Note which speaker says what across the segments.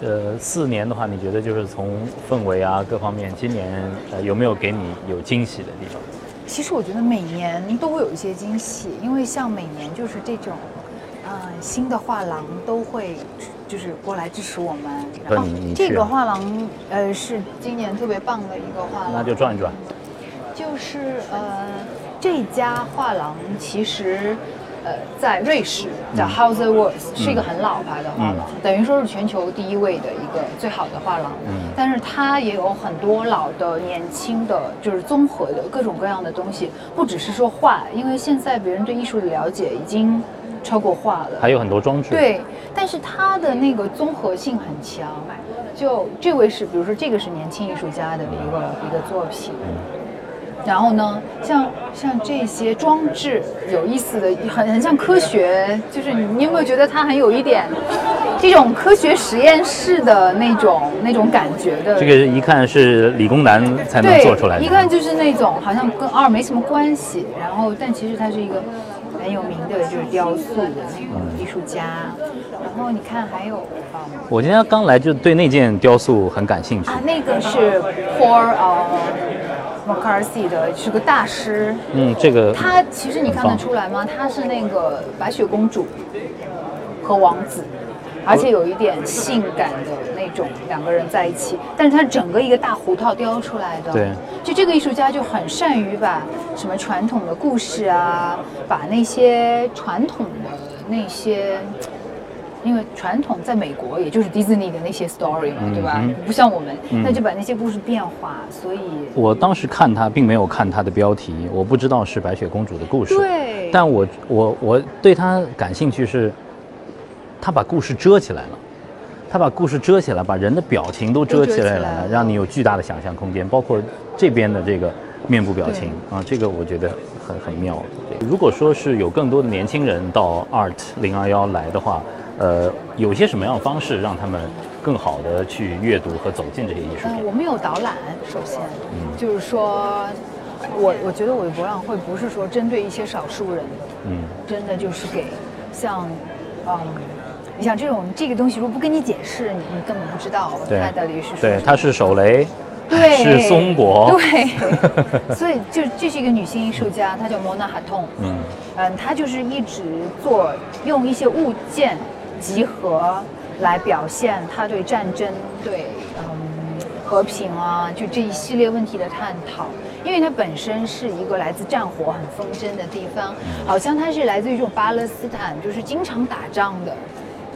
Speaker 1: 呃，四年的话，你觉得就是从氛围啊各方面，今年呃有没有给你有惊喜的地方？
Speaker 2: 其实我觉得每年都会有一些惊喜，因为像每年就是这种，呃，新的画廊都会就是过来支持我们。
Speaker 1: 那
Speaker 2: 然后
Speaker 1: 你你
Speaker 2: 这
Speaker 1: 去
Speaker 2: 个
Speaker 1: 啊
Speaker 2: 画廊呃是今年特别棒的一个画廊，
Speaker 1: 那就转一转。
Speaker 2: 就是呃，这家画廊其实呃在瑞士叫 House w o r t s 是一个很老牌的画廊，等于说是全球第一位的一个最好的画廊。
Speaker 1: 嗯
Speaker 2: 但是它也有很多老的、年轻的，就是综合的各种各样的东西，不只是说画，因为现在别人对艺术的了解已经超过画了。
Speaker 1: 还有很多装置。，
Speaker 2: 对，但是它的那个综合性很强。就这位是，比如说这个是年轻艺术家的一个一个作品。然后呢，像像这些装置有意思的，很很像科学，就是你你有没有觉得它很有一点这种科学实验室的那种那种感觉的？
Speaker 1: 这个一看是理工男才能
Speaker 2: 对，
Speaker 1: 做出来的。
Speaker 2: 一看就是那种好像跟二没什么关系，然后但其实他是一个很有名的就是雕塑的那个艺术家。然后你看还有嗯
Speaker 1: 我今天刚来就对那件雕塑很感兴趣。
Speaker 2: 啊，那个是 Paul 呃 McCarthy 的，是个大师。
Speaker 1: 嗯，这个
Speaker 2: 他其实你看得出来吗？他是那个白雪公主和王子，而且有一点性感的那种两个人在一起，但是他整个一个大胡套雕出来的。
Speaker 1: 对
Speaker 2: 就这个艺术家就很善于把什么传统的故事啊，把那些传统的那些。因为传统在美国也就是迪士尼的那些 story 嘛，对吧
Speaker 1: 嗯？
Speaker 2: 不像我们，那就把那些故事变化，所以
Speaker 1: 我当时看它，并没有看它的标题，我不知道是白雪公主的故事。
Speaker 2: 对
Speaker 1: 但我我我对它感兴趣是，它把故事遮起来了，它把故事遮起来，把人的表情都遮
Speaker 2: 都遮
Speaker 1: 起来
Speaker 2: 起来
Speaker 1: 了，
Speaker 2: 了
Speaker 1: 让你有巨大的想象空间，包括这边的这个面部表情啊，这个我觉得很很妙。对如果说是有更多的年轻人到 Art 零二幺来的话，呃，有些什么样的方式让他们更好的去阅读和走进这些艺术
Speaker 2: 嗯，
Speaker 1: 品？
Speaker 2: 我们有导览，首先，
Speaker 1: 嗯
Speaker 2: 就是说，我我觉得我的博览会不是说针对一些少数人，
Speaker 1: 嗯。
Speaker 2: 真的就是给像，嗯，你想这种这个东西，如果不跟你解释，你你根本不知道
Speaker 1: 对
Speaker 2: 它到底是什么
Speaker 1: 对，它是手雷，
Speaker 2: 对
Speaker 1: 是松果，
Speaker 2: 对，所以就这是一个女性艺术家，她叫莫娜哈痛，
Speaker 1: 嗯
Speaker 2: 嗯，她就是一直做用一些物件集合来表现她对战争、对嗯和平啊，就这一系列问题的探讨。因为她本身是一个来自战火很风声的地方，好像她是来自于一种巴勒斯坦，就是经常打仗的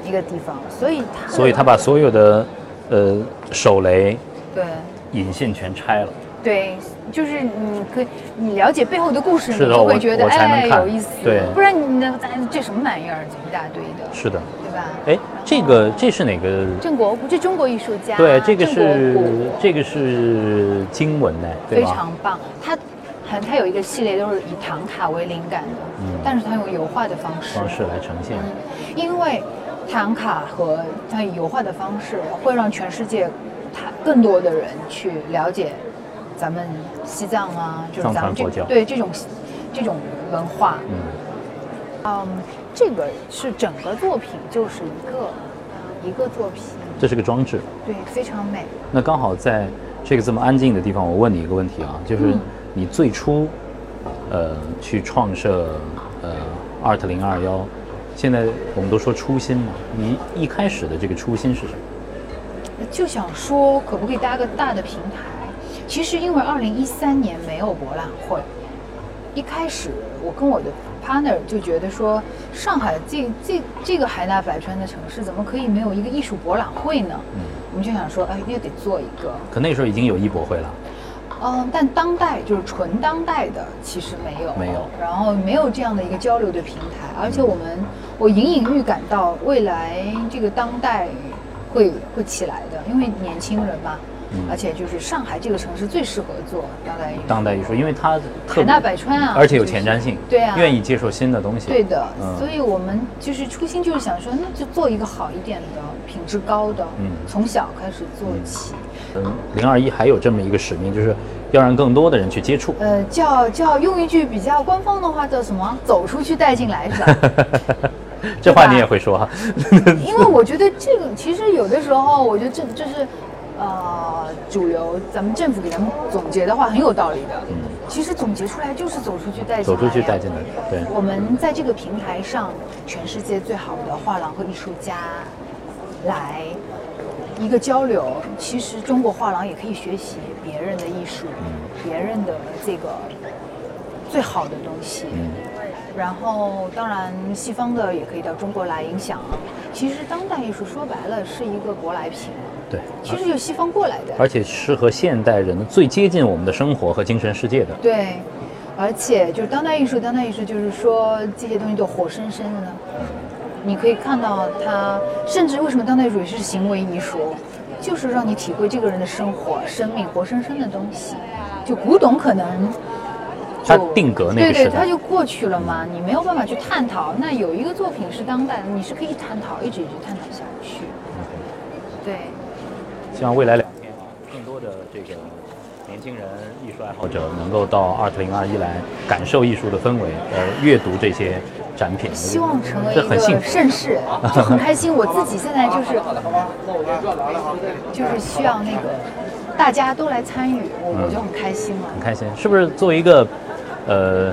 Speaker 2: 一个地方，所以她
Speaker 1: 所以他把所有的呃手雷
Speaker 2: 对。
Speaker 1: 引线全拆了。
Speaker 2: 对，就是你可以你了解背后的故事，你
Speaker 1: 是的
Speaker 2: 就
Speaker 1: 我
Speaker 2: 会觉得
Speaker 1: 我才能
Speaker 2: 哎
Speaker 1: 看
Speaker 2: 有意思，
Speaker 1: 对
Speaker 2: 不然你那哎这什么玩意儿，一大堆的，
Speaker 1: 是的，
Speaker 2: 对吧？
Speaker 1: 哎，这个这是哪个？
Speaker 2: 郑国这中国艺术家，
Speaker 1: 对，这个
Speaker 2: 郑
Speaker 1: 是
Speaker 2: 国谷
Speaker 1: 这个是经文呢，对
Speaker 2: 非
Speaker 1: 吧？
Speaker 2: 常棒，他很他有一个系列都是以唐卡为灵感的，但是他用油画的方式，
Speaker 1: 嗯方式来呈现。
Speaker 2: 因为唐卡和它以油画的方式，会让全世界他更多的人去了解咱们西藏啊，就是咱们这
Speaker 1: 藏传佛教
Speaker 2: 对这种这种文化。
Speaker 1: 嗯，
Speaker 2: 嗯，这个是整个作品就是一个一个作品，
Speaker 1: 这是个装置。
Speaker 2: 对，非常美。
Speaker 1: 那刚好在这个这么安静的地方，我问你一个问题啊，
Speaker 2: 嗯
Speaker 1: 就是你最初，呃，去创设呃 Art 零二幺，现在我们都说初心嘛，你一开始的这个初心是什么？
Speaker 2: 就想说，可不可以搭个大的平台？其实因为二零一三年没有博览会，一开始我跟我的 partner 就觉得说，上海这这这个海纳百川的城市，怎么可以没有一个艺术博览会呢？我们就想说，哎，也得做一个。
Speaker 1: 可那时候已经有艺博会了，
Speaker 2: 嗯，但当代就是纯当代的，其实没有，
Speaker 1: 没有，嗯
Speaker 2: 然后没有这样的一个交流的平台，而且我们，我隐隐预感到未来这个当代会会起来的，因为年轻人嘛，
Speaker 1: 嗯
Speaker 2: 而且就是上海这个城市最适合做当代艺术，
Speaker 1: 当代艺术，因为它特别嗯
Speaker 2: 海纳百川啊
Speaker 1: 而且有
Speaker 2: 就是
Speaker 1: 前瞻性，
Speaker 2: 对啊
Speaker 1: 愿意接受新的东西，
Speaker 2: 对的，
Speaker 1: 嗯
Speaker 2: 所以我们就是初心就是想说，那就做一个好一点的、品质高的，
Speaker 1: 嗯
Speaker 2: 从小开始做起。
Speaker 1: 嗯，零二一还有这么一个使命，就是要让更多的人去接触，
Speaker 2: 呃， 呃叫叫用一句比较官方的话叫什么？走出去带进来是吧？
Speaker 1: 这话你也会说啊哈、
Speaker 2: 因为我觉得这个其实有的时候，我觉得这这是呃主流，咱们政府给咱们总结的话很有道理的。其实总结出来就是走出去带
Speaker 1: 嗯
Speaker 2: 进
Speaker 1: 走
Speaker 2: 来呀，
Speaker 1: 出去带进来，对，
Speaker 2: 我们在这个平台上，全世界最好的画廊和艺术家来一个交流。其实中国画廊也可以学习别人的艺术，
Speaker 1: 嗯
Speaker 2: 别人的这个最好的东西。然后，当然，西方的也可以到中国来影响。啊其实，当代艺术说白了是一个舶来品，
Speaker 1: 对。
Speaker 2: 其实就西方过来的。
Speaker 1: 啊而且是和现代人最接近我们的生活和精神世界的。
Speaker 2: 对，而且就是当代艺术，当代艺术就是说这些东西都活生生的，你可以看到它，甚至为什么当代艺术也是行为艺术，就是让你体会这个人的生活、生命，活生生的东西。就古董可能就。
Speaker 1: 它定格那个
Speaker 2: 对
Speaker 1: 时
Speaker 2: 对，它
Speaker 1: 代，嗯
Speaker 2: 就过去了嘛，你没有办法去探讨。那有一个作品是当代的，你是可以探讨，一直一直探讨下去。对，
Speaker 1: 希望未来两天啊，更多的这个年轻人、艺术爱好者能够到二零二一来感受艺术的氛围，呃，阅读这些展品。
Speaker 2: 希望成为
Speaker 1: 这
Speaker 2: 一
Speaker 1: 很幸
Speaker 2: 个
Speaker 1: 福
Speaker 2: 盛世，就很开心。我自己现在就是，就是需要那个大家都来参与，
Speaker 1: 嗯
Speaker 2: 我我就很开心了。
Speaker 1: 很开心，是不是？作为一个呃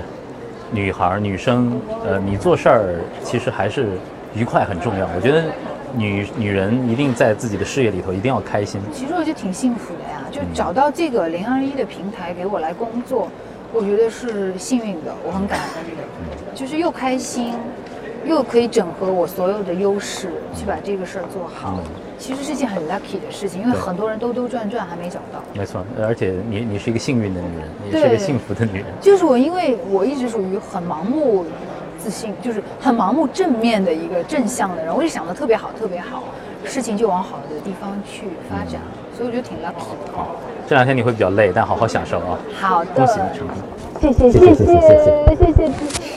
Speaker 1: 女孩儿、女生，呃，你做事儿其实还是愉快很重要。我觉得女女人一定在自己的事业里头一定要开心。
Speaker 2: 其实我就挺幸福的
Speaker 1: 嗯
Speaker 2: 呀，就找到这个零二一的平台给我来工作，我觉得是幸运的，我很感恩
Speaker 1: 嗯
Speaker 2: 的，就是又开心，又可以整合我所有的优势去把这个事儿做好
Speaker 1: 嗯，
Speaker 2: 其实是件很 lucky 的事情，因为
Speaker 1: 对
Speaker 2: 很多人兜兜转转还没找到。
Speaker 1: 没错，而且你你是一个幸运的女人，你是个
Speaker 2: 对
Speaker 1: 幸福的女人。
Speaker 2: 就是我，因为我一直属于很盲目自信，就是很盲目正面的一个正向的人，我就想的特别好，特别好，事情就往好的地方去发展，
Speaker 1: 嗯
Speaker 2: 所以我觉得挺 lucky 的。
Speaker 1: 这两天
Speaker 2: 呃
Speaker 1: 你会比较累，但好好享受啊！
Speaker 2: 好的，
Speaker 1: 恭喜你成功。
Speaker 3: 谢谢谢谢谢谢谢谢。